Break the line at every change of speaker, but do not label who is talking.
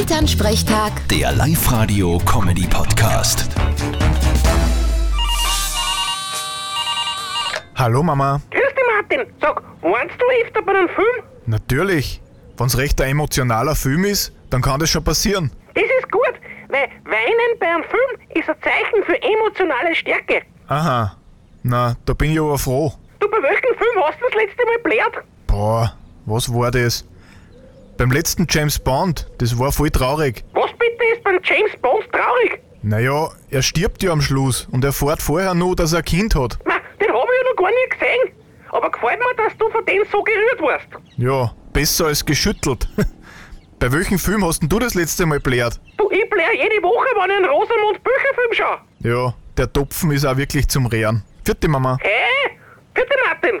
Elternsprechtag,
Der Live-Radio-Comedy-Podcast.
Hallo Mama.
Grüß dich, Martin. Sag, warst du öfter bei einem Film?
Natürlich, wenn's recht ein emotionaler Film ist, dann kann das schon passieren.
Das ist gut, weil Weinen bei einem Film ist ein Zeichen für emotionale Stärke.
Aha. Na, da bin ich aber froh.
Du, bei welchem Film hast du das letzte Mal blärt?
Boah, was war das? Beim letzten James Bond, das war voll traurig.
Was bitte ist beim James Bond traurig?
Naja, er stirbt ja am Schluss und erfährt vorher nur, dass er ein Kind hat.
Na, den habe ich ja noch gar nie gesehen. Aber gefällt mir, dass du von dem so gerührt warst.
Ja, besser als geschüttelt. Bei welchem Film hast denn du das letzte Mal blärt?
Du, ich blär jede Woche, wenn ich einen Rosamund-Bücherfilm schaue.
Ja, der Topfen ist auch wirklich zum Rehren. Vierte Mama.
Hey, bitte, Martin.